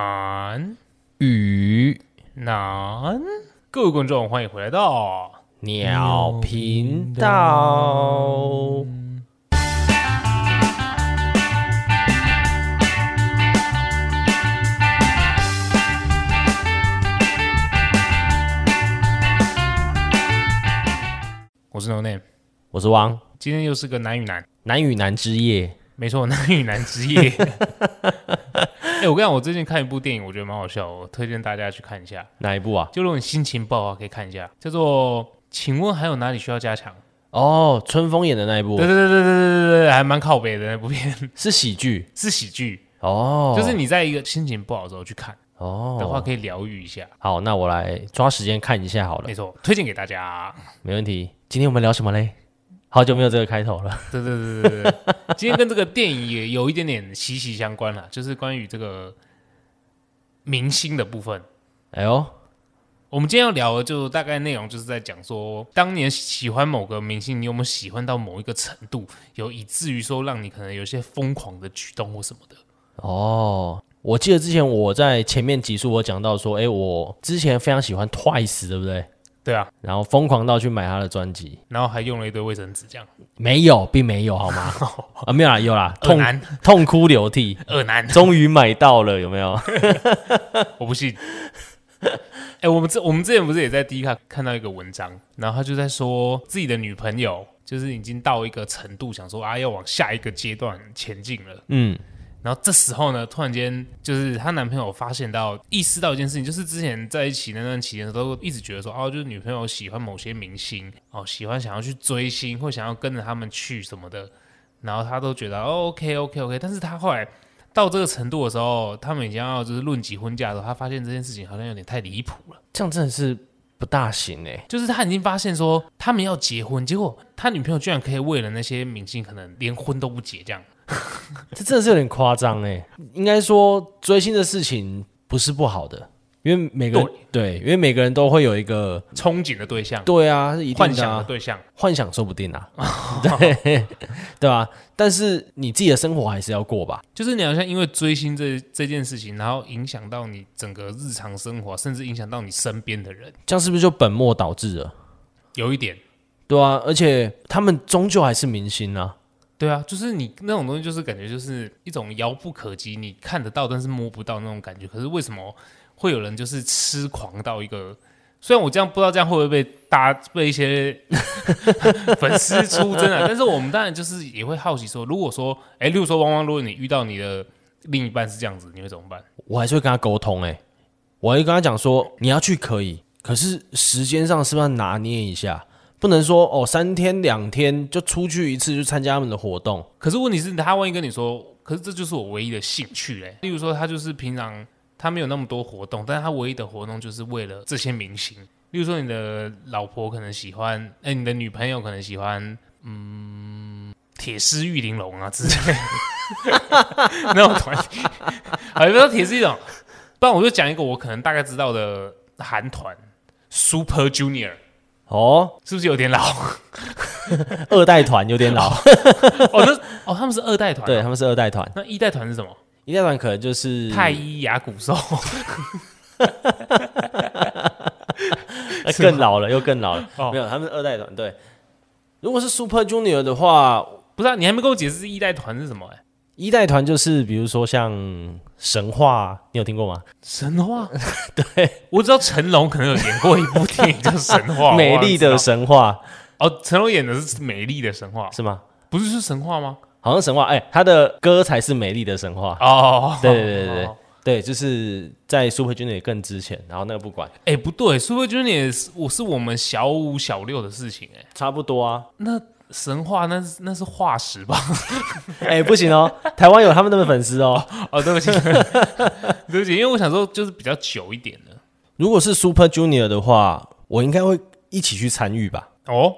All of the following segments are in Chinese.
南雨南，各位观众，欢迎回来到鸟频道。我是 No Name，我是汪，今天又是个男与男，男与男之夜，没错，男与男之夜。哎、我跟你讲，我最近看一部电影，我觉得蛮好笑的，我推荐大家去看一下。哪一部啊？就如果你心情不好的话，可以看一下，叫做《请问还有哪里需要加强》。哦，春风演的那一部对对对对对对对对，还蛮靠北的那部片是喜剧是喜剧，哦，就是你在一个心情不好的时候去看的话，哦。可以疗愈一下。好，那我来抓时间看一下好了没，错，推荐给大家。没问题。今天我们聊什么嘞？好久没有这个开头 了。对对对对对对，今天跟这个电影也有一点点息息相关啦， 就是关于这个明星的部分。哎呦，我们今天要聊的就大概内容就是在讲说，当年喜欢某个明星，你有没有喜欢到某一个程度，有以至于说让你可能有一些疯狂的举动或什么的。哦，我记得之前我在前面集数我讲到说，哎，我之前非常喜欢 Twice，对不对？对啊，然后疯狂到去买他的专辑，然后还用了一堆卫生纸，这样没有，并没有，好 吗？啊，没有啦，有 啦，恶痛男痛哭流涕，恶男， 终于买到了，有没有？ 我不信。哎、我们之我们之前不是也在第一看看到一个文章，然后他就在说自己的女朋友就是已经到一个程度，想说啊要往下一个阶段前进了。嗯，然后这时候呢，突然间就是她男朋友发现到意识到一件事情，就是之前在一起那段期间都一直觉得说哦，就是女朋友喜欢某些明星哦，喜欢想要去追星或想要跟着他们去什么的，然后他都觉得、哦、OK OK OK，但是他后来到这个程度的时候，他们已经要就是论及婚嫁的时候，他发现这件事情好像有点太离谱了。 这样真的是不大行哎、就是他已经发现说他们要结婚，结果他女朋友居然可以为了那些明星，可能连婚都不结这样。这真的是有点夸张哎。应该说追星的事情不是不好的，因为每个人对，因为每个人都会有一个憧憬的对象，对啊，是一定的啊幻想的对象，幻想说不定啊， 对对吧、但是你自己的生活还是要过吧。就是你好像因为追星这这件事情，然后影响到你整个日常生活，甚至影响到你身边的人，这样是不是就本末倒置了？有一点。对啊，而且他们终究还是明星啊。对啊，就是你那种东西，就是感觉就是一种遥不可及，你看得到但是摸不到那种感觉。可是为什么会有人就是痴狂到一个？虽然我这样不知道这样会不会被大家被一些粉丝出征啊，但是我们当然就是也会好奇说，如果说，哎、例如说汪汪，如果你遇到你的另一半是这样子，你会怎么办？我还是会跟他沟通、欸，我还会跟他讲说你要去可以，可是时间上是不是要拿捏一下？不能说哦，三天两天就出去一次，就参加他们的活动。可是问题是，他万一跟你说，可是这就是我唯一的兴趣嘞。例如说，他就是平常他没有那么多活动，但是他唯一的活动就是为了这些明星。例如说，你的老婆可能喜欢，哎、你的女朋友可能喜欢，嗯，铁丝玉玲珑啊之类的 那种团体。啊，也不知道铁丝玉玲珑，不然我就讲一个我可能大概知道的韩团 Super Junior，哦，是不是有点老？二代团有点老，哦，那哦，他们是二代团、 对，他，们是二代团，那一代团是什么？一代团可能就是太一牙骨兽，哎更老了，又更老了。哦没有，他们是二代团。对，如果是 Super Junior 的话，不是、啊？你还没跟我解释一代团是什么、欸？一代团就是比如说像神话，你有听过吗？》，神话？ 对，我知道成龙可能有演过一部电影叫《神话 美丽的哦我好像知神话道哦，成龙演的是《美丽的神话》，是吗？不是是神话吗？好像神话，哎、他的歌才是美丽的神 话。哦， 对对对对哦对，就是在 Super Junior 更之前，然后那个不管，哎、不对，Super Junior 是我是我们小五小六的事情、哎，差不多啊。 那神话那是那是化石吧？哎、不行哦，台湾有他们那个粉丝哦。 哦，对不起， 对不起，因为我想说就是比较久一点的如果是 Super Junior 的话，我应该会一起去参与吧。哦，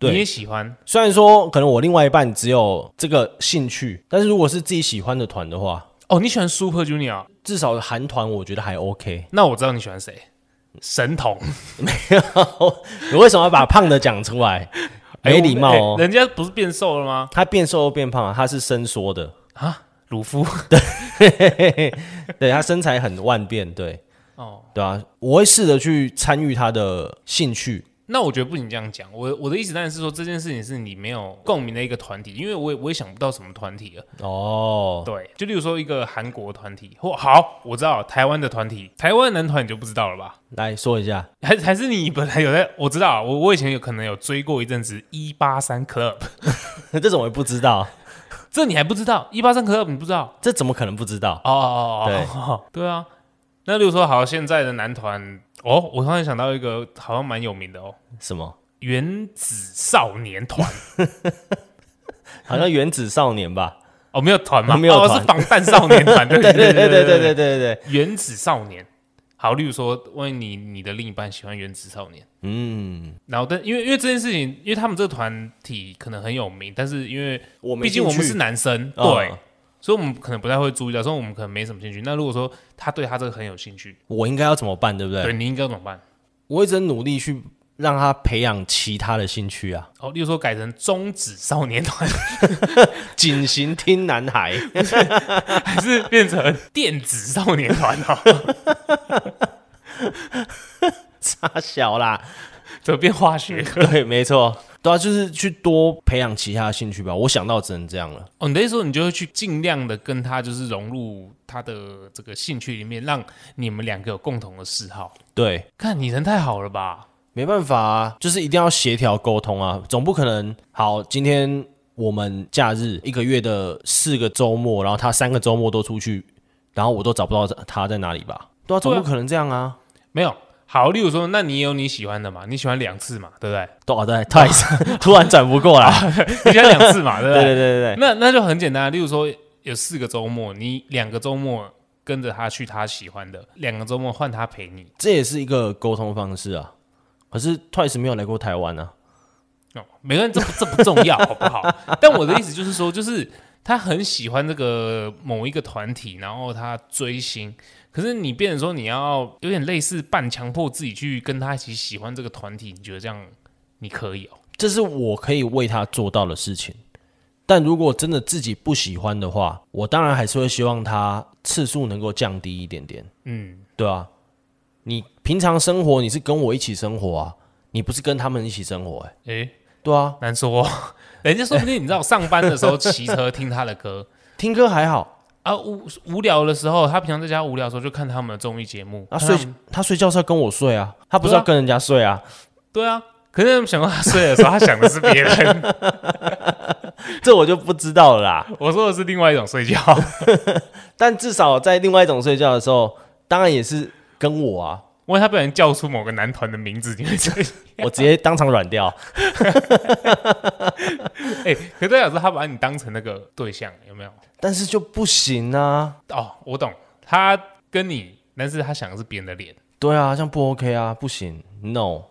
对你也喜欢虽然说可能我另外一半只有这个兴趣，但是如果是自己喜欢的团的话，哦，你喜欢 Super Junior，至少韩团我觉得还 OK。那我知道你喜欢谁，神童。我为什么要把胖的讲出来？ 哎没礼貌我哦 哎。人家不是变瘦了吗？他变瘦又变胖啊，他是伸缩的啊，鲁夫对他身材很万变，对哦。对啊，我会试着去参与他的兴趣， 那我觉得不仅这样讲，我我的意思当然是说这件事情是你没有共鸣的一个团体，因为我也我也想不到什么团体了。哦，对，就例如说一个韩国团体，或好，我知道台湾的团体，台湾男团你就不知道了吧？ 来说一下， 还还是你本来有在？我知道，啊我我以前有可能有追过一阵子一八三 club， 这种我也不知道，这你还不知道？一八三 club 你不知道？这怎么可能不知道？哦哦哦，对，对啊。那例如说，好，现在的男团，哦，我突然想到一个好像蛮有名的哦，什么？原子少年团。 好像原子少年吧？ 哦，没有团吗？没有哦，团是防弹少年团。 对对对对对对对对对对，原子少年。好，例如说，万一你你的另一半喜欢原子少年，嗯，然后但因为因为这件事情，因为他们这个团体可能很有名，但是因为我没毕竟我们兴趣是男生，嗯对，所以我们可能不太会注意到，所以我们可能没什么兴趣。那如果说他对他这个很有兴趣，我应该要怎么办，对不对？对你应该怎么办？我一直很努力去让他培养其他的兴趣啊， 哦，例如说改成中指少年团，仅行听男孩，还是变成电子少年团哦， 傻啊小啦，怎么变化学课？对，没错，对啊，就是去多培养其他的兴趣吧。我想到只能这样了，哦，你的意思说你就会去尽量的跟他就是融入他的这个兴趣里面，让你们两个有共同的嗜好。对，看你人太好了吧？没办法啊，就是一定要协调沟通啊，总不可能好今天。我们假日一个月的四个周末，然后他三个周末都出去，然后我都找不到他在哪里吧？对啊，总不可能这样啊！没有好，例如说，那你也有你喜欢的嘛？你喜欢两次嘛？对不 对？对啊，对，太 突然转不过来，你喜欢两次嘛？对不 对对对？对对对，那那就很简单，例如说有四个周末，你两个周末跟着他去他喜欢的，两个周末换他陪你。这也是一个沟通方式啊。可是 Twice 没有来过台湾啊，哦，没关系，这不这不重要，好不好？ 但我的意思就是说，就是他很喜欢这个某一个团体，然后他追星，可是你变成说你要有点类似半强迫自己去跟他一起喜欢这个团体，你觉得这样你可以哦？这是我可以为他做到的事情。但如果真的自己不喜欢的话，我当然还是会希望他次数能够降低一点点，嗯，对啊，你平常生活你是跟我一起生活啊，你不是跟他们一起生活、欸，诶、对啊，难说、哦， 人家说不定你知道，上班的时候骑车听他的歌。听歌还好啊，无无聊的时候，他平常在家无聊的时候就看他们的综艺节目。啊，看睡他们他睡觉是要跟我睡啊，他不是对啊要跟人家睡啊， 对啊，可是想到他睡的时候，他想的是别人。 这我就不知道了啦。我说的是另外一种睡觉。但至少在另外一种睡觉的时候，当然也是跟我啊，万一他不小心叫出某个男团的名字，你会这样？我直接当场软掉。哎、可是代表说他把你当成那个对象，有没有？但是就不行啊，哦，我懂，他跟你，但是他想的是别人的脸，对啊，这样不 OK 啊，不行，no，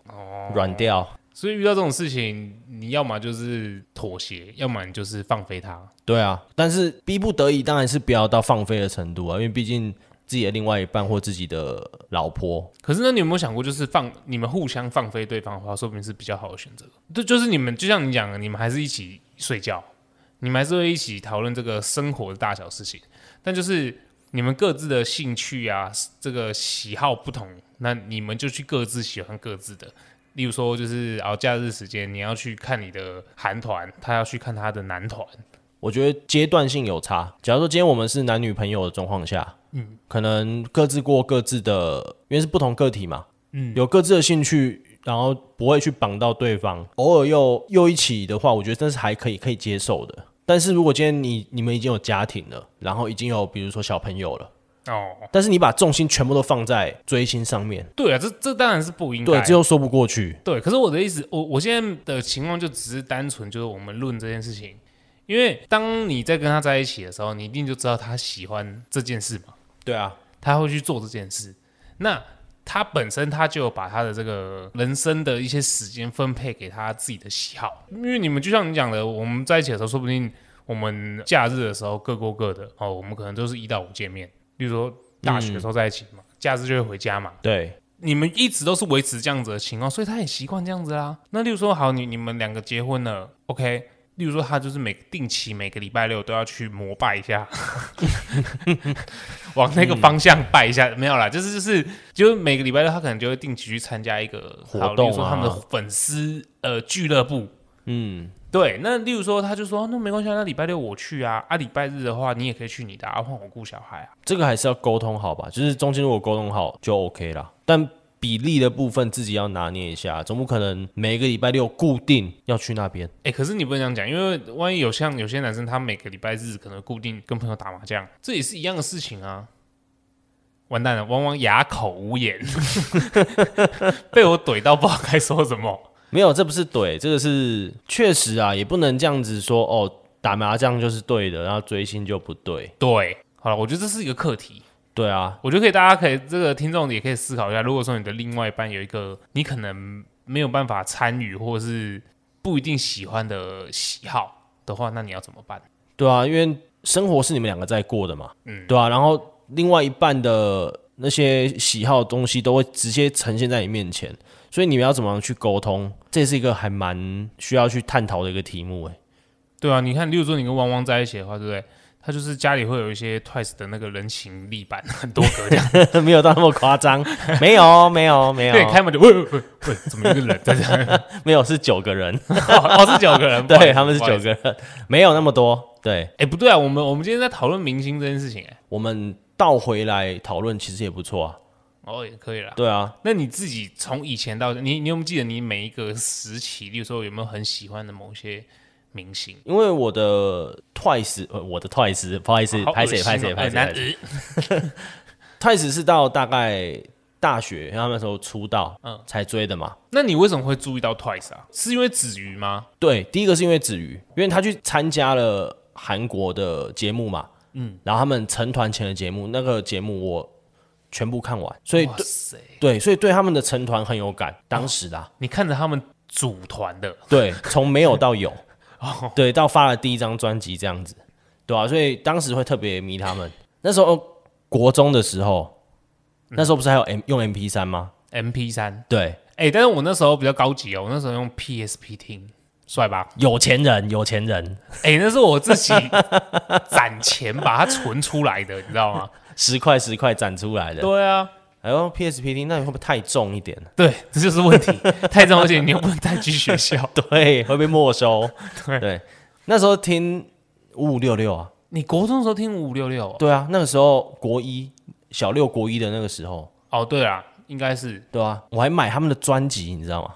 软掉，所以遇到这种事情，你要么就是妥协，要么你就是放飞他。对啊。但是逼不得已，当然是不要到放飞的程度啊，因为毕竟自己的另外一半或自己的老婆，可是呢，你有没有想过，就是放你们互相放飞对方的话，说不定是比较好的选择。这就是你们，就像你讲的，你们还是一起睡觉，你们还是会一起讨论这个生活的大小事情，但就是你们各自的兴趣啊，这个喜好不同，那你们就去各自喜欢各自的。例如说，就是啊，假日时间你要去看你的韩团，他要去看他的男团，我觉得阶段性有差。假如说今天我们是男女朋友的状况下，嗯，可能各自过各自的，因为是不同个体嘛，嗯，有各自的兴趣，然后不会去绑到对方，偶尔又又一起的话，我觉得这是还可以可以接受的。但是如果今天你你们已经有家庭了，然后已经有比如说小朋友了，哦，但是你把重心全部都放在追星上面，对啊，这这当然是不应该对的，，这又说不过去。对，可是我的意思，我我现在的情况就只是单纯就是我们论这件事情，因为当你在跟他在一起的时候，你一定就知道他喜欢这件事嘛，对啊，他会去做这件事。那他本身他就有把他的这个人生的一些时间分配给他自己的喜好，因为你们就像你讲的，我们在一起的时候，说不定我们假日的时候各过各的哦，我们可能都是一到五见面，例如说大学的时候在一起嘛，假日就会回家嘛，对，你们一直都是维持这样子的情况，所以他也习惯这样子啦。那例如说，好，你你们两个结婚了，OK，例如说，他就是每定期每个礼拜六都要去膜拜一下， 往那个方向拜一嗯下。没有啦，就是就是就是每个礼拜六他可能就会定期去参加一个活好例动如说啊他们的粉丝呃俱乐部。嗯，对，那例如说，他就说、那没关系啊，那礼拜六我去啊，啊礼拜日的话你也可以去你的啊，换我顾小孩啊。这个还是要沟通好吧，就是中间如果沟通好就 OK 啦，但比例的部分自己要拿捏一下，总不可能每个礼拜六固定要去那边。哎、可是你不能这样讲，因为万一有像有些男生，他每个礼拜日可能固定跟朋友打麻将，这也是一样的事情啊。完蛋了，汪汪哑口无言， 被我怼到不知道该说什么。没有，这不是怼，这个是确实啊，也不能这样子说哦，打麻将就是对的，然后追星就不对。对，好了，我觉得这是一个课题，对啊，我觉得可以，大家可以这个听众也可以思考一下，如果说你的另外一半有一个你可能没有办法参与或是不一定喜欢的喜好的话，那你要怎么办？对啊，因为生活是你们两个在过的嘛，嗯，对啊，然后另外一半的那些喜好的东西都会直接呈现在你面前，所以你们要怎么样去沟通，这是一个还蛮需要去探讨的一个题目、欸， 对啊，你看，例如说你跟汪汪在一起的话，对不对？他就是家里会有一些 Twice 的那个人形立板，很多格这 样，没有到那么夸 张，没有，没有，没有，对，开门就喂喂喂喂，怎么一个人在这样？没有是九个人，哦，是九个人，不好意对，思他们是不好九意思个人，没有那么多，对，哎，不对啊，我们我们今天在讨论明星这件事情，哎，我们倒回来讨论其实也不错啊，哦，也可以啦。对啊，那你自己从以前到你，你有没有记得你每一个时期，例如说有没有很喜欢的某些明星？因为我的 Twice，呃，我的 Twice，不好意思，好恶拍心谁哦拍谁拍哎谁，男拍谁 Twice 是到大概大学，然后他们那时候出道，嗯，才追的嘛。那你为什么会注意到 Twice 啊？是因为子瑜吗？对，第一个是因为子瑜，因为他去参加了韩国的节目嘛，嗯，然后他们成团前的节目，那个节目我全部看完，所以哇哎对塞，对，所以对他们的成团很有感，当时的啊、你看着他们组团的，对，从没有到有，对，到发了第一张专辑这样子，对啊，所以当时会特别迷他们。那时候国中的时候，那时候不是还有 M 用 MP 三吗？ MP 三，对，哎、但是我那时候比较高级哦，我那时候用 PSP 听，帅吧？有钱人，有钱人，哎、那是我自己攒钱把它存出来的，你知道 吗？十块十块攒出来的。对啊，哎呦，PSP T，那你会不会太重一点？。对，这就是问题，太重要，而且你又不能带去学校 对，会被没收。对哦 对，那时候听五五六六啊，你国中的时候听五五六哦六对啊，那个时候国一小六国一的那个时候，哦，对啊，应该是对啊，我还买他们的专辑，你知道吗？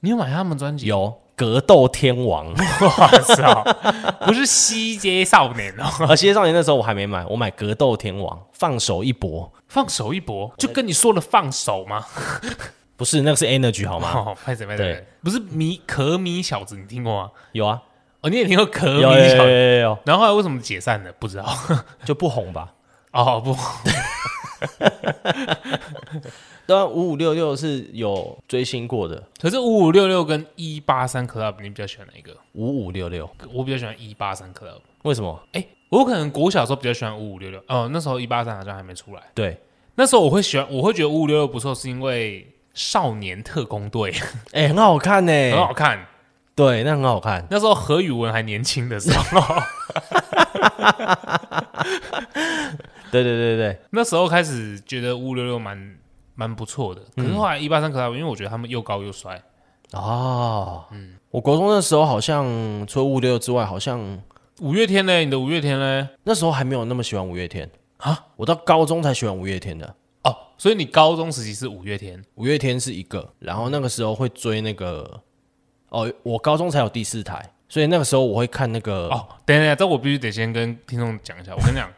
你有买他们专辑？有格斗天王。 哇操，不是西街少年哦，而《西街少年》那时候我还没买，我买《格斗天王》，放手一搏。放手一搏，就跟你说了放手吗？不是，那个是 Energy 好吗？哦，拍谁拍对谁，不是迷可米小子，你听过吗？有啊，哦，你也听过可有米有有小有子，有有，然后后来为什么解散的？不知道。就不红吧？哦不，当然，啊五五六六是有追星过的，可是五五六六跟一八三 club，你比较喜欢哪一个？五五六六我比较喜欢一八三 club。为什么？哎、我可能国小的时候比较喜欢五五六六，哦，那时候一八三好像还没出来。对，那时候我会喜欢，我会觉得五五六六不错，是因为少年特工队哎、很好看呢、很好看。对，那很好看。那时候何宇文还年轻的时候，对对对对，那时候开始觉得五五六六蛮蛮不错的。可是后来一八三 club，因为我觉得他们又高又帅，哦，嗯，我国中那时候好像除了五五六六之外，好像五月天嘞，你的五月天嘞，那时候还没有那么喜欢五月天啊，我到高中才喜欢五月天的。哦，所以你高中时期是五月天，五月天是一个，然后那个时候会追那个，哦，我高中才有第四台，所以那个时候我会看那个，哦，等一下，这我必须得先跟听众讲一下。我跟你讲，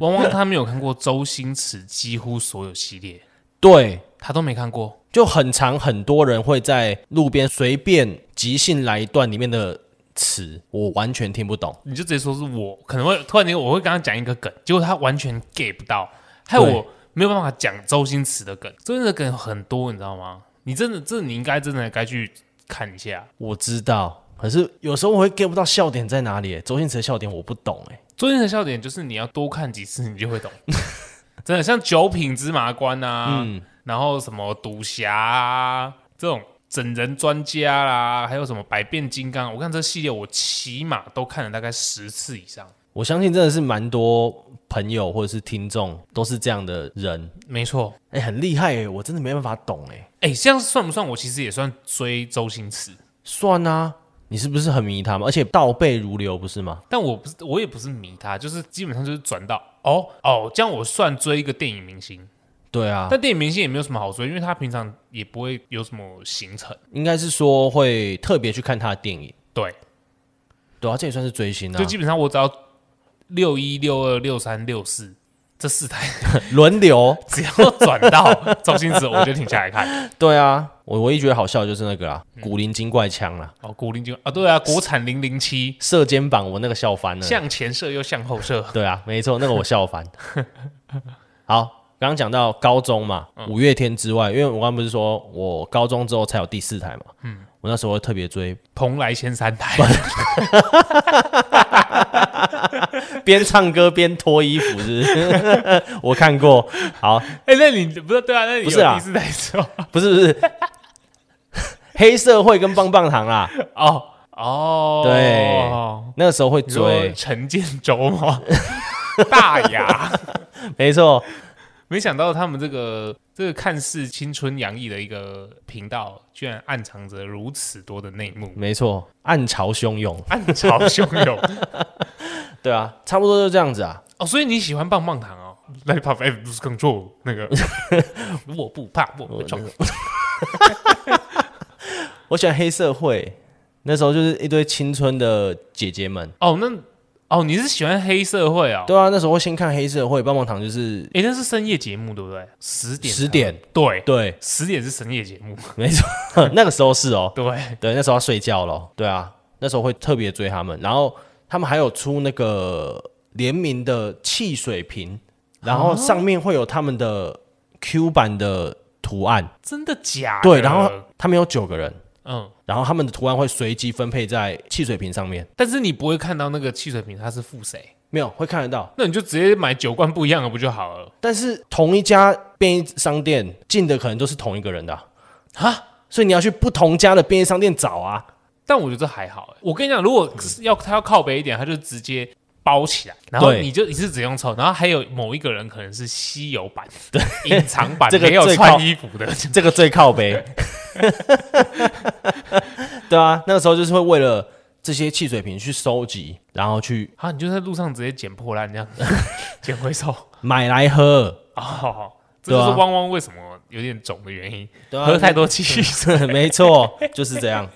汪汪他没有看过周星驰几乎所有系列，对，他都没看过。就很长，很多人会在路边随便即兴来一段里面的词，我完全听不懂。你就直接说是我，可能会突然间我会跟他讲一个梗，结果他完全 get 不到，害我没有办法讲周星驰的梗。周星驰的梗很多，你知道吗？你真的，这你应该真的该去看一下。我知道，可是有时候我会 get 不到笑点在哪里。周星驰的笑点我不懂，哎，周星驰的笑点就是你要多看几次，你就会懂。 真嗯的，像九品芝麻官啊，然后什么赌侠啊这种，整人专家啦，还有什么百变金刚，我看这系列我起码都看了大概十次以上。我相信真的是蛮多朋友或者是听众都是这样的人，没错，哎、很厉害哎、我真的没办法懂哎、哎、这样算不算？我其实也算追周星驰，算啊，你是不是很迷他吗？而且倒背如流不是吗？但我不是，我也不是迷他，就是基本上就是转到哦哦，这样我算追一个电影明星。对啊，但电影明星也没有什么好追，因为他平常也不会有什么行程。应该是说会特别去看他的电影，对，对啊，这也算是追星啊就，基本上我只要六一、六二、六三、六四这四台，轮流，只要转 到周星驰，我就停下来看。对啊，我唯一觉得好笑的就是那个啦，古灵精怪腔啦，哦，古灵精啊，对啊，国产零零七，射肩膀，我那个笑翻了。向前射又向后射， 对啊，没错，那个我笑翻。 好，刚刚讲到高中嘛，嗯五月天之外，因为我刚刚不是说我高中之后才有第四台嘛，嗯，我那时候会特别追，蓬莱仙三 台，边唱歌边脱衣服，是不是？ 我看过，好，哎、那你不是对啊？那你不是啊有第四台之后，不是不是，黑社会跟棒棒糖啦，哦哦， 对那个时候会你说追，陈建州 吗？大牙，没错，没想到他们这个这个看似青春洋溢的一个频道，居然暗藏着如此多的内幕，没错，暗潮汹涌，暗潮汹涌。对啊，差不多就这样子啊。哦，所以你喜欢棒棒糖哦？Life of F 不是 Control 那个， 我不怕，我不闯。我喜欢黑社会，那时候就是一堆青春的姐姐们。哦，那哦，你是喜欢黑社会哦？对啊，那时候会先看黑社会棒棒糖，就是诶，那是深夜节目对不对？十点，十，点，对， 对，十点是深夜节目， 没错，那个时候是哦，对，对，那时候要睡觉咯。对啊，那时候会特别追他们，然后他们还有出那个联名的汽水瓶，然后上面会有他们的 Q 版的图案，真的假的？对，然后他们有九个人，嗯，然后他们的图案会随机分配在汽水瓶上面，但是你不会看到那个汽水瓶它是付谁，没有会看得到，那你就直接买九罐不一样的不就好了？但是同一家便利商店进的可能都是同一个人的啊，所以你要去不同家的便利商店找啊。但我觉得这还好、欸。我跟你讲，如果是要他要靠北一点，他就直接包起来，然后对你就一次只用抽，然后还有某一个人可能是稀有 版、隐藏版，这个没有最高穿衣服的，这个最靠 背。对啊，那个时候就是会为了这些汽水瓶去收集，然后去 啊，你就在路上直接捡破烂这 样，捡回收买来喝。哦。这对就啊是汪汪为什么有点肿的原因，对啊，喝太多汽 水。那没错，就是这样。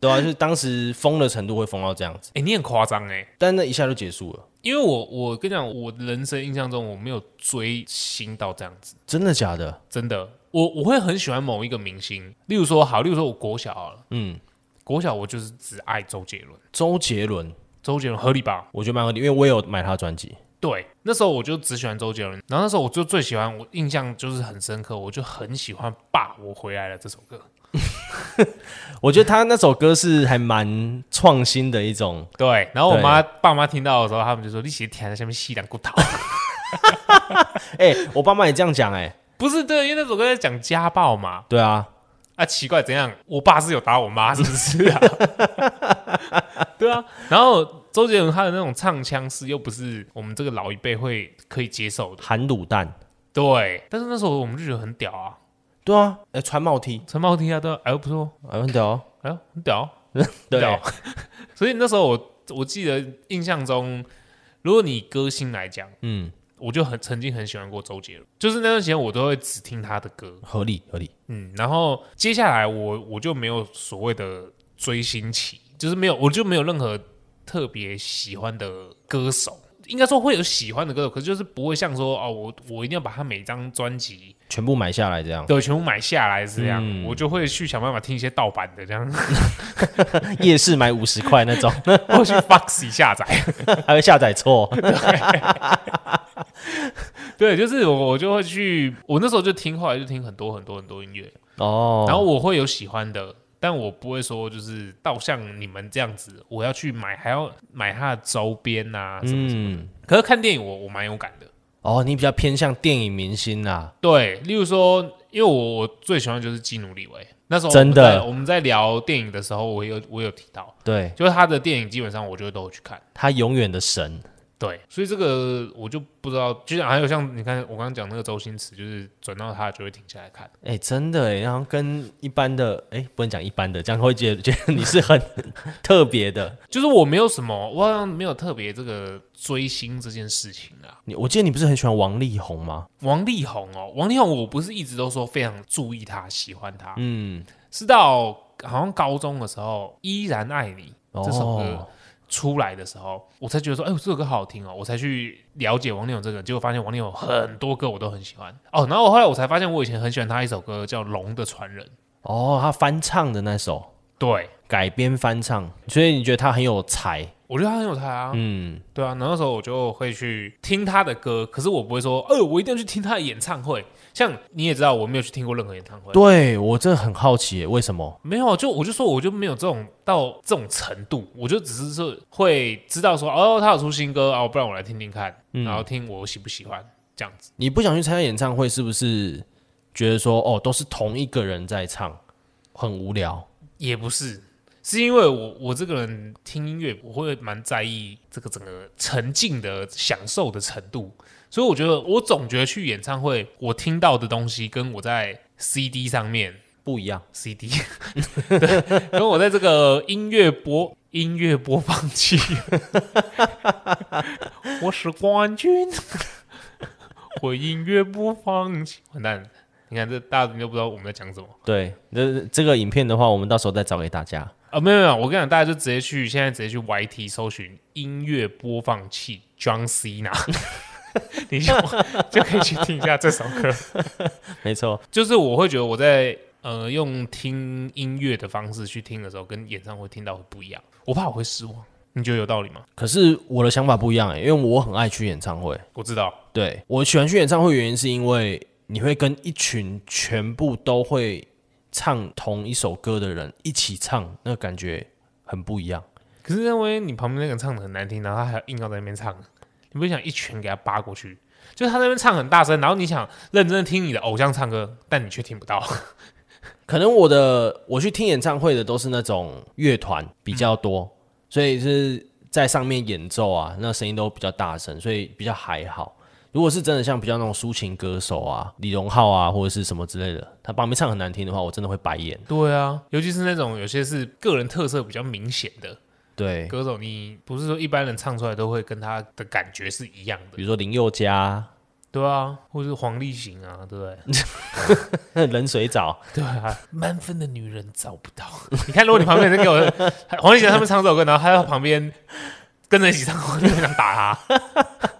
对啊，就是当时疯的程度会疯到这样子，哎、你很夸张哎，但那一下就结束了，因为我我跟你讲，我人生印象中我没有追星到这样子。真的假的？真的，我我会很喜欢某一个明星，例如说好，例如说我国小好了，嗯，国小我就是只爱周杰伦，周杰伦，周杰伦合理吧？我觉得蛮合理，因为我也有买他的专辑。对，那时候我就只喜欢周杰伦，然后那时候我就最喜欢，我印象就是很深刻，我就很喜欢《爸，我回来了》这首歌。我觉得他那首歌是还蛮创新的一种，对，然后我对妈爸妈听到的时候，他们就说：“你写填在下面吸两骨头。 哎、我爸妈也这样讲、哎，”不是对，因为那首歌在讲家暴嘛。对啊，啊，奇怪，怎样？我爸是有打我妈，是不是啊？对啊。然后周杰伦他的那种唱腔是又不是我们这个老一辈会可以接受的，含卤蛋，对。但是那时候我们就觉得很屌啊，对啊，哎、穿帽 T，陈茂听啊，对啊，哎呦不错，哎，很屌哦，哎呦很屌，对屌。 所以那时候我我记得印象中，如果你歌星来讲，嗯，我就很曾经很喜欢过周杰伦，就是那段时间我都会只听他的歌，合理合理。嗯，然后接下来我我就没有所谓的追星期，就是没有，我就没有任何特别喜欢的歌手，应该说会有喜欢的歌手，可是就是不会像说哦，我我一定要把他每张专辑全部买下来这样，对全部买下来是这样，嗯我就会去想办法听一些盗版的这样，夜市买五十块那种， 或 去 Foxy 下载，还会下载 错。对，就是我我就会去，我那时候就听，后来就听很多很多很多音乐，哦，然后我会有喜欢的，但我不会说就是到像你们这样子，我要去买，还要买它的周边啊什么什么。嗯，可是看电影我我蛮有感的，哦，你比较偏向电影明星啦、对，例如说因为我我最喜欢就是基努里维，那时候真的我们在我们在聊电影的时候，我有我有提到，对就是他的电影基本上我就都有去看。他永远的神，对，所以这个我就不知道，就像还有像你看我刚刚讲那个周星驰，就是转到他就会停下来看，哎、真的哎，然后跟一般的，哎、不能讲一般的，这样会觉得觉得你是 很特别的。就是我没有什么，我好像没有特别这个追星这件事情啊。你我记得你不是很喜欢王力宏吗？王力宏哦，王力宏，我不是一直都说非常注意他、喜欢他，嗯，是到好像高中的时候，《依然爱你》这首歌哦出来的时候，我才觉得说，哎、这首歌好好听哦，我才去了解王力宏这个人，结果发现王力宏很多歌我都很喜欢哦。然后我后来我才发现，我以前很喜欢他一首歌叫《龙的传人》，哦，他翻唱的那首对改编翻唱，所以你觉得他很有才？我觉得他很有才啊，嗯，对啊。然后那时候我就会去听他的歌，可是我不会说，哎、我一定要去听他的演唱会。像你也知道，我没有去听过任何演唱会，对我真的很好奇耶，为什么？没有，就我就说我就没有这种到这种程度，我就只是说会知道说哦，他有出新歌哦，不然我来听听看，然后听我喜不喜欢这样子。你不想去参加演唱会，是不是觉得说哦，都是同一个人在唱，很无聊？也不是，是因为我我这个人听音乐，我会蛮在意这个整个沉浸的享受的程度，所以我觉得我总觉得去演唱会，我听到的东西跟我在 CD 上面不一样， CD，对，跟我在这个音乐播音乐播放器，我是冠军，我音乐播放器，完蛋了，你看这大家都不知道我们在讲什么对，这这个影片的话，我们到时候再找给大家。啊？没有没有，我跟你讲，大家就直接去现在直接去 YT 搜寻音乐播放器 John Cena，你就就可以去听一下这首歌。没错，就是我会觉得我在呃用听音乐的方式去听的时候，跟演唱会听到会不一样。我怕我会失望，你觉得有道理吗？可是我的想法不一样哎，因为我很爱去演唱会。我知道，对我喜欢去演唱会，原因是因为你会跟一群全部都会唱同一首歌的人一起唱，那感觉很不一样。可是因为你旁边那个人唱的很难听，然后他还硬要在那边唱，你不想一拳给他扒过去？就是他在那边唱很大声，然后你想认真地听你的偶像唱歌，但你却听不到。可能我的我去听演唱会的都是那种乐团比较多，所以是在上面演奏啊，那声音都比较大声，所以比较还好。如果是真的像比较那种抒情歌手啊，李荣浩啊，或者是什么之类的，他旁边唱很难听的话，我真的会白眼。 对啊，尤其是那种有些是个人特色比较明显的对，歌手，你不是说一般人唱出来都会跟他的感觉是一样的比，如说林宥嘉、 对啊，或者是黄立行啊，对不对？冷水澡，对啊，满分的女人找不到。 你看，如果你旁边人给我 黄立行他们唱这首歌，然后他在旁边跟着一起唱，我就很想打他。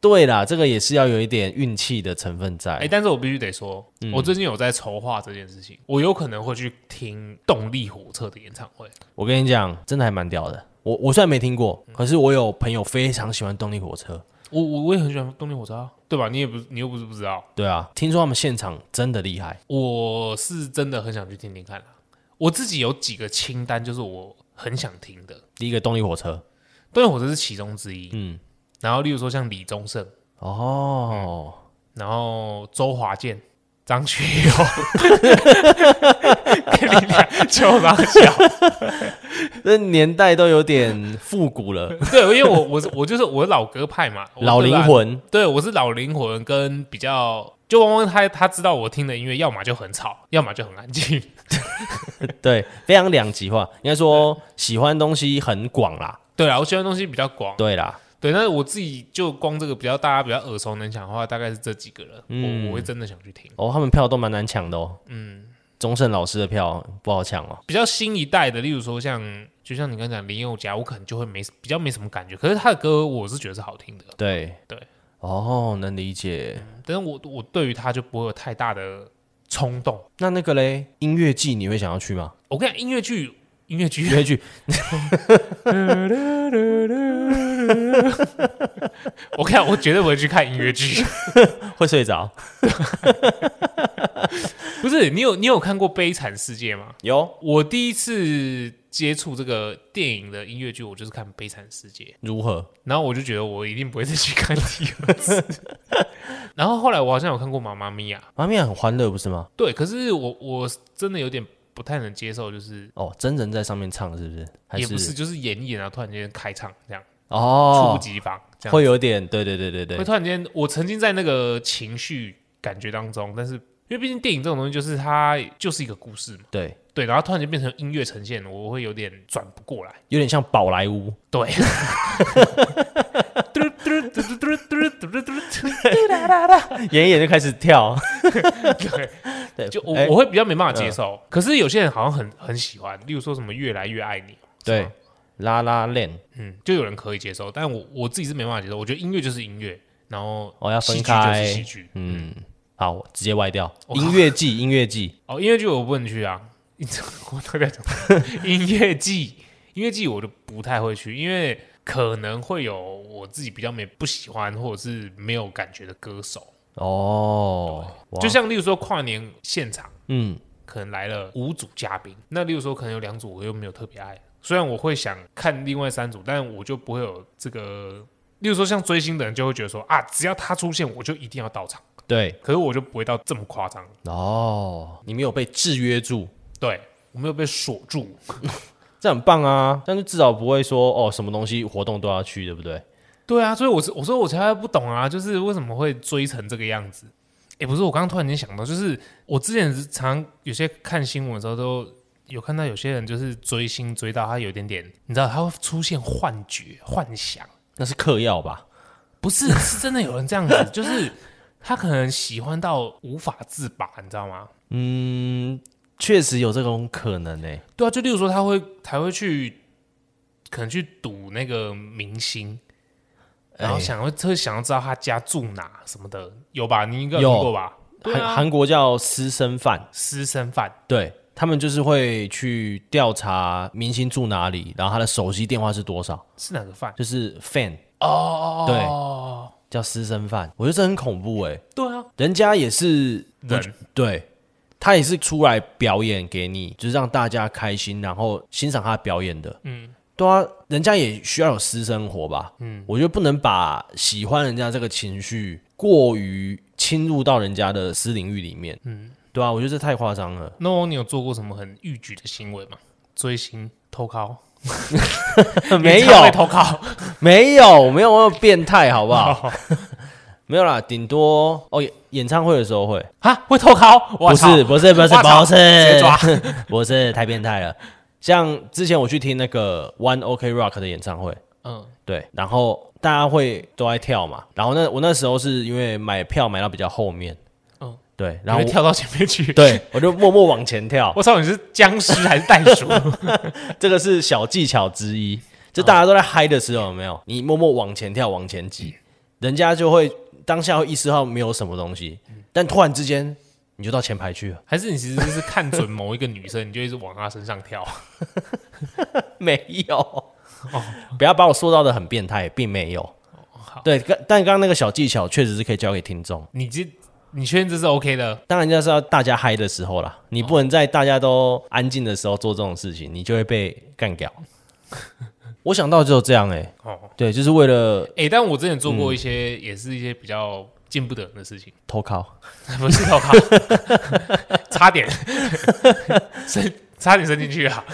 对啦，这个也是要有一点运气的成分在。哎、但是我必须得说，我最近有在筹划这件事情，我有可能会去听动力火车的演唱会。我跟你讲，真的还蛮屌的。我我虽然没听过，可是我有朋友非常喜欢动力火车。我我我也很喜欢动力火车、啊，对吧？你也不你又不是不知道，对啊，听说他们现场真的厉害。我是真的很想去听听看、啊、我自己有几个清单，就是我很想听的，第一个动力火车，动力火车是其中之一。嗯，然后例如说像李宗盛，哦，然后周华健、张学友， 跟你俩就搞笑。那年代都有点复古 了， 对，因为我我是我就是我老歌派嘛，我老灵，魂。对我是老灵魂，跟比较就汪汪他他知道我听的音乐，要么就很吵，要么就很安静。 对，非常两极化。应该说喜欢东西很广啦。对啊，我喜欢的东西比较广，对啦，对，但是我自己就光这个比较大家比较耳熟能详的话，大概是这几个人，嗯我我会真的想去听。哦，他们票都蛮难抢的哦。嗯，钟盛老师的票不好抢哦。比较新一代的，例如说像就像你刚讲林宥嘉，我可能就会没比较没什么感觉，可是他的歌我是觉得是好听的。对对，哦，能理解。但是我我对于他就不会有太大的冲动。那那个嘞，音乐季你会想要去吗？我跟你讲，音乐剧，音乐剧 音，乐剧，我看我绝对不会去看音乐 剧。会睡着。 不是你有你有看过《悲惨世界》吗？有我第一次接触这个电影的音乐剧，我就是看《悲惨世界》，如何？然后我就觉得我一定不会再去看第二次。 然后后来我好像有看过《妈妈咪呀》，妈咪呀很欢乐不是吗？对，可是我我真的有点不太能接受，就是哦，真人在上面唱是不是？还也不是就是演一演啊，突然间开唱这样，猝哦不，及防这样，会有点对对对对会对，突然间，我曾经在那个情绪感觉当中，但是因为毕竟电影这种东西就是它就是一个故事嘛，对，对，然后突然间变成音乐呈现，我会有点转不过来。有点像宝莱坞。对， 演一演就开始跳，对就我哎我会比较没办法接受，可是有些人好像很很喜欢，例如说什么越来越爱你，对拉拉链，嗯，就有人可以接受，但我我自己是没办法接受。我觉得音乐就是音乐，然后哦要戏分剧就是开戏剧，嗯，好，我直接歪掉。哇音乐季，音乐季，哦，音乐剧我不能去啊， 我都在讲音乐季，音乐季我就不太会去，因为可能会有我自己比较没不喜欢或者是没有感觉的歌手，哦，哇就像例如说跨年现场。嗯，可能来了五组嘉宾，那例如说可能有两组我又没有特别爱，虽然我会想看另外三组，但我就不会有这个。例如说像追星的人就会觉得说啊，只要他出现我就一定要到场，对，可是我就不会到这么夸张，哦，你没有被制约住，对我没有被锁住。这很棒啊！但是至少不会说哦，什么东西活动都要去，对不对？对啊，所以我是我说我才不懂啊，就是为什么会追成这个样子？也不是，我刚刚突然间想到，就是我之前是常有些看新闻的时候都有看到有些人就是追星追到他有一点点，你知道他会出现幻觉、幻想。那是嗑药吧？不是，是真的有人这样子，就是他可能喜欢到无法自拔，你知道吗？嗯，确实有这种可能欸呢、对啊，就例如说他会才会去，可能去赌那个明星，然后哎想要特想要知道他家住哪什么的，有吧？你应该有有听过吧？对韩啊，韩国叫私生饭，私生饭，对他们就是会去调查明星住哪里，然后他的手机电话是多少，是哪个饭？就是 fan 哦，叫私生饭，我觉得这很恐怖哎、对对啊，人家也是人对。他也是出来表演给你，就是让大家开心，然后欣赏他的表演的。嗯，对啊，人家也需要有私生活吧。嗯，我觉得不能把喜欢人家这个情绪过于侵入到人家的私领域里面。嗯，对啊，我觉得这太夸张了。那我你有做过什么很逾矩的行为吗？追星、偷靠， 没演唱会有，偷靠，没有，没有那么变态，好 不好？没有啦，顶多哦，演演唱会的时候会，啊，会偷靠？我不操是，不呃是，不是，我操不直接是，抓不是，太变态了。像之前我去听那个 One OK Rock 的演唱会，嗯，对，然后大家会都在跳嘛，然后那我那时候是因为买票买到比较后面，嗯嗯，对，然然后后我跳到前面去，对我就默默往前跳，我操，你是僵尸还是袋鼠？这个是小技巧之一。就大家都在嗨的时候，有没有？你默默往前跳，往前挤，人家就会当下会意识到没有什么东西，但突然之间你就到前排去了。还是你其实就是看准某一个女生，你就一直往她身上跳？ 没有，哦不要把我塑造的很变态，并没有。对，刚但刚刚那个小技巧确实是可以教给听众。你这你确定这是 OK 的？当然，就是要大家嗨的时候啦，你不能在大家都安静的时候做这种事情，你就会被 干掉。我想到就这样哎、欸，哦，对，就是为了哎、但我之前做过一些，嗯也是一些比较见不得人的事情， 投靠。不是偷靠， 差点 伸差点伸进去啊！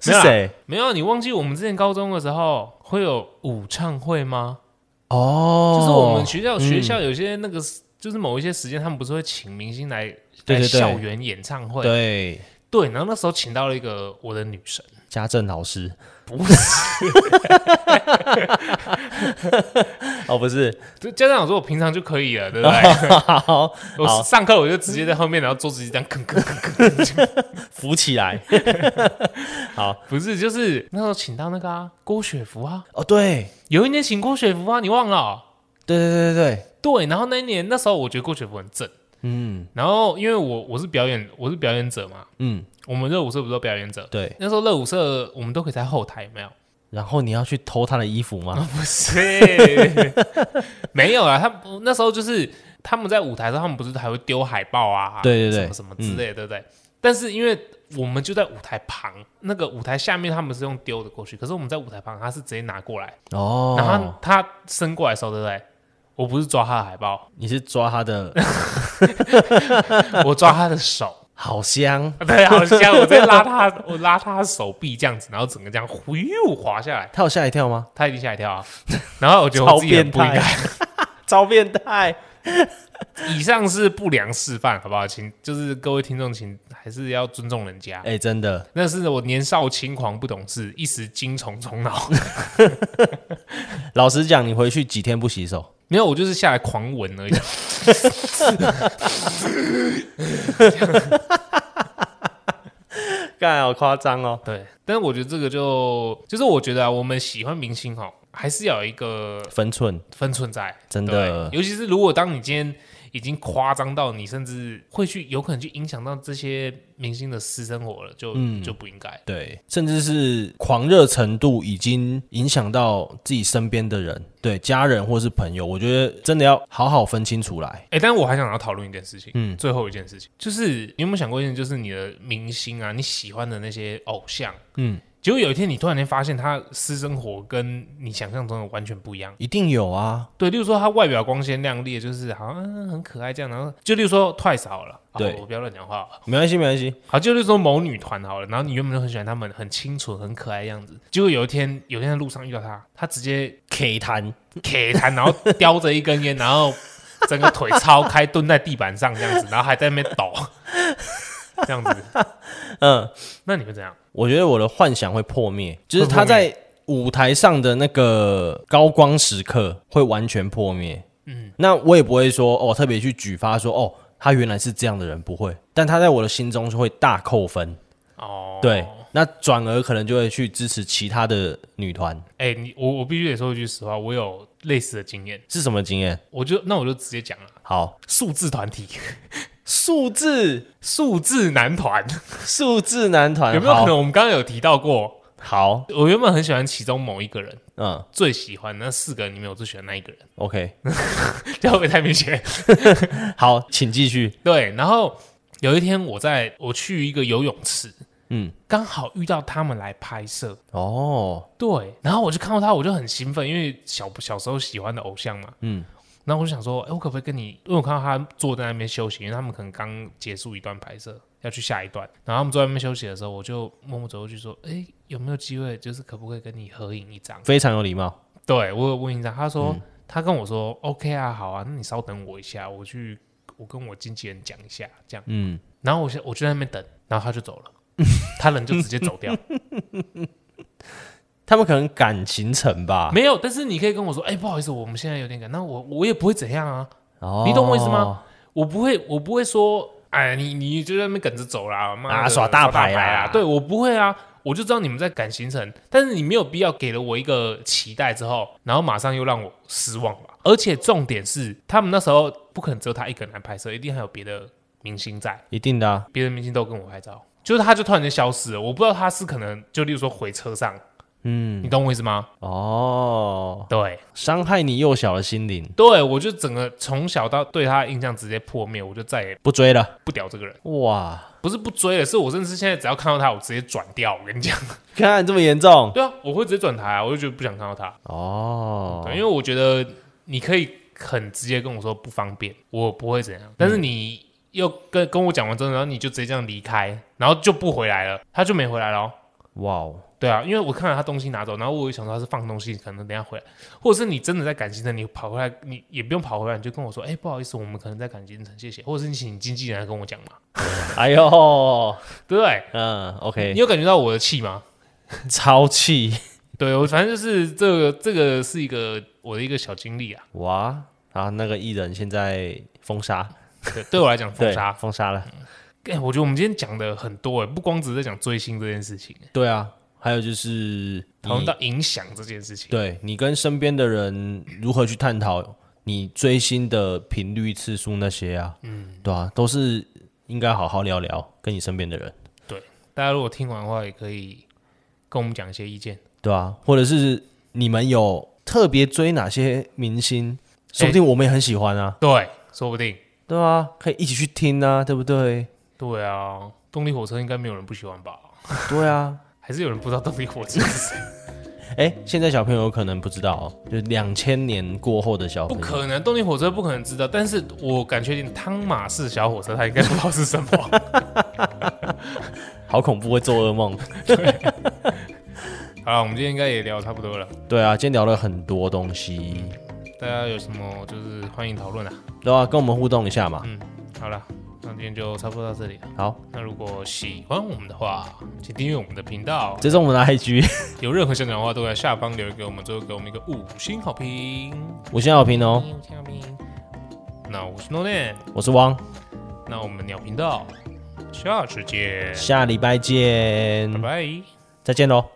是没有啦谁？没有，啊你忘记我们之前高中的时候会有舞唱会吗？哦嗯就是我们学校、学校有些那个，就是某一些时间，他们不是会请明星来对对来对校园演唱会？对对，然后那时候请到了一个我的女神，家政老师不是。 哦，不是，就家长说我平常就可以了，对不对？好我上课我就直接在后面，然后桌子这样吭吭吭吭。扶 起来不是，就是那时候请到那个啊，郭雪芙啊，哦，对有一年请郭雪芙啊，你忘了哦、对对对对，对，然后那一年那时候我觉得郭雪芙很正，嗯然后因为我我是表演我是表演者嘛，嗯我们热舞社不是都表演者？对，那时候热舞社我们都可以在后台，有没有？然后你要去偷他的衣服吗？不是， 没有啊，他们那时候就是他们在舞台上，他们不是还会丢海报啊，对对对什么什么之类的，对不对？但是因为我们就在舞台旁，那个舞台下面他们是用丢的过去，可是我们在舞台旁，他是直接拿过来，哦，然后他他伸过来的时候，对不对？我不是抓他的海报， 你是抓他的我抓他的手。好香，对，好像我在拉他， 我拉他的手臂这样子，然后整个这样呼又滑下来，他有吓一跳吗？他一定吓一跳啊。然后我觉得超我自己很变不应态该。， 超变态。以上是不良示范，好不好？请就是各位听众，请还是要尊重人家。哎、真的，那是我年少轻狂不懂事，一时精虫充脑。 老实讲，你回去几天不洗手？没有，我就是下来狂闻 而已。干，好夸张哦！对，但是我觉得这个就就是我觉得啊，我们喜欢明星哦，还是要有一个分寸，分寸在，真的对尤其是如果当你今天已经夸张到你甚至会去有可能去影响到这些明星的私生活了，就、嗯就不应该。对，甚至是狂热程度已经影响到自己身边的人，对家人或是朋友，我觉得真的要好好分清楚来。哎、但是我还想要讨论一件事情，嗯最后一件事情，就是你有没有想过一件，就是你的明星啊，你喜欢的那些偶像，嗯，结果有一天你突然间发现他私生活跟你想象中的完全不一样。一定有啊，对，例如说他外表光鲜亮丽，就是好像嗯很可爱这样，然后就例如说 Twice 好了，哦对我不要乱讲话好了，没关系，没关系，好，就例如说某女团好了，然后你原本就很喜欢他们，很清纯、很可爱的样子，结果有一天，有一天在路上遇到他，他直接 K 弹， K 弹，然后叼着一根烟，然后整个腿超开，蹲在地板上这样子，然后还在那边抖， 这样子，嗯，那你会怎样？我觉得我的幻想会破灭，就是会破他在舞台上的那个高光时刻会完全破灭。嗯，那我也不会说哦，特别去举发说哦，他原来是这样的人，不会，但他在我的心中就会大扣分。哦，对，那转而可能就会去支持其他的女团，哎、你我我必须得说一句实话，我有类似的经验，是什么经验？我就那我就直接讲了，好，数字团体， 数字数字男团，数字男团有没有可好能？我们刚刚有提到过，好，我原本很喜欢其中某一个人，嗯最喜欢那四个人里面，我最喜欢那一个人。 ，OK，这样会不会太明显？好，请继续。对，然后有一天我在我去一个游泳池，嗯，刚好遇到他们来拍摄，哦，对，然后我就看到他，我就很兴奋，因为小小时候喜欢的偶像嘛，嗯，然后我就想说，哎，我可不可以跟你？因为我看到他坐在那边休息，因为他们可能刚结束一段拍摄，要去下一段，然后他们坐在那边休息的时候，我就默默走过去说，哎，有没有机会，就是可不可以跟你合影一张？非常有礼貌。对我有问一下，他说、他跟我说 OK 啊，好啊，那你稍等我一下，我去我跟我经纪人讲一下，这样。嗯，然后我就我就在那边等，然后他就走了，他人就直接走掉，他们可能感情层吧？没有。但是你可以跟我说，哎、不好意思，我们现在有点赶，那我我也不会怎样啊，哦你懂我意思吗？我不会我不会说，哎，你你就在那边梗着走啦，妈的啊耍大牌啊啊，对我不会啊。我就知道你们在赶行程，但是你没有必要给了我一个期待之后，然后马上又让我失望吧。而且重点是，他们那时候不可能只有他一个人来拍摄，一定还有别的明星在。一定的、啊，别的明星都跟我拍照，就是他就突然间消失了，我不知道他是可能就例如说回车上，嗯，你懂我意思吗？哦，对，伤害你幼小的心灵，对我就整个从小到对他的印象直接破灭，我就再也不追了。不屌这个人，哇，不是不追了，是我甚至现在只要看到他，我直接转掉。我跟你讲， 看这么严重对啊，我会直接转台啊，我就觉得不想看到他，哦对，因为我觉得你可以很直接跟我说不方便，我不会怎样，但是你。又跟跟我讲完之后，然后你就直接这样离开，然后就不回来了，他就没回来了哦。哇哦，对啊，因为我看到他东西拿走，然后我也想说他是放东西，可能等一下回来，或者是你真的在赶行程，你跑回来，你也不用跑回来，你就跟我说，哎、不好意思，我们可能在赶行程，谢谢，或者是你请你经纪人来跟我讲嘛，哎呦，对不对？嗯你，OK，有感觉到我的气吗？超气，对我反正就是这个这个是一个我的一个小经历啊，哇啊，那个艺人现在封杀，对，对我来讲封对 杀。封杀了，哎、我觉得我们今天讲的很多、哎，不光只是在讲追星这件事情、哎对啊，还有就是讨论你到影响这件事情。对你跟身边的人如何去探讨你追星的频率、次数那些啊，嗯，对啊，都是应该好好聊聊，跟你身边的人。大家如果听完的话，也可以跟我们讲一些意见。对啊，或者是你们有特别追哪些明星，说不定我们也很喜欢啊，对，说不定。对啊，可以一起去听啊，对不对？对啊，动力火车应该没有人不喜欢吧？对啊，还是有人不知道动力火车是谁？哎、现在小朋友有可能不知道哦，就是两千年过后的小朋不友，可能，动力火车不可能知道。但是我敢确定，汤马士小火车他应该不知道是什么。 好恐怖，会做 噩梦。好了，我们今天应该也聊得差不多了，对啊，今天聊了很多东西，嗯大家有什么就是欢迎讨论啊。嗯对啊，跟我们互动一下嘛。好了，那今天就差不多到这里了。啊好，那如果喜欢我们的话，请订阅我们的频道。这是我们的 IG，有任何想讲的话，都在下方留言给我们，最后给我们一个五星好评。五星好评哦。五星好评。那我是 No Name，我是汪，那我们鸟频道下次见，下礼拜见，拜拜。再见喽。